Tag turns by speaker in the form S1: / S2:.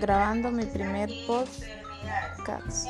S1: grabando mi primer podcast.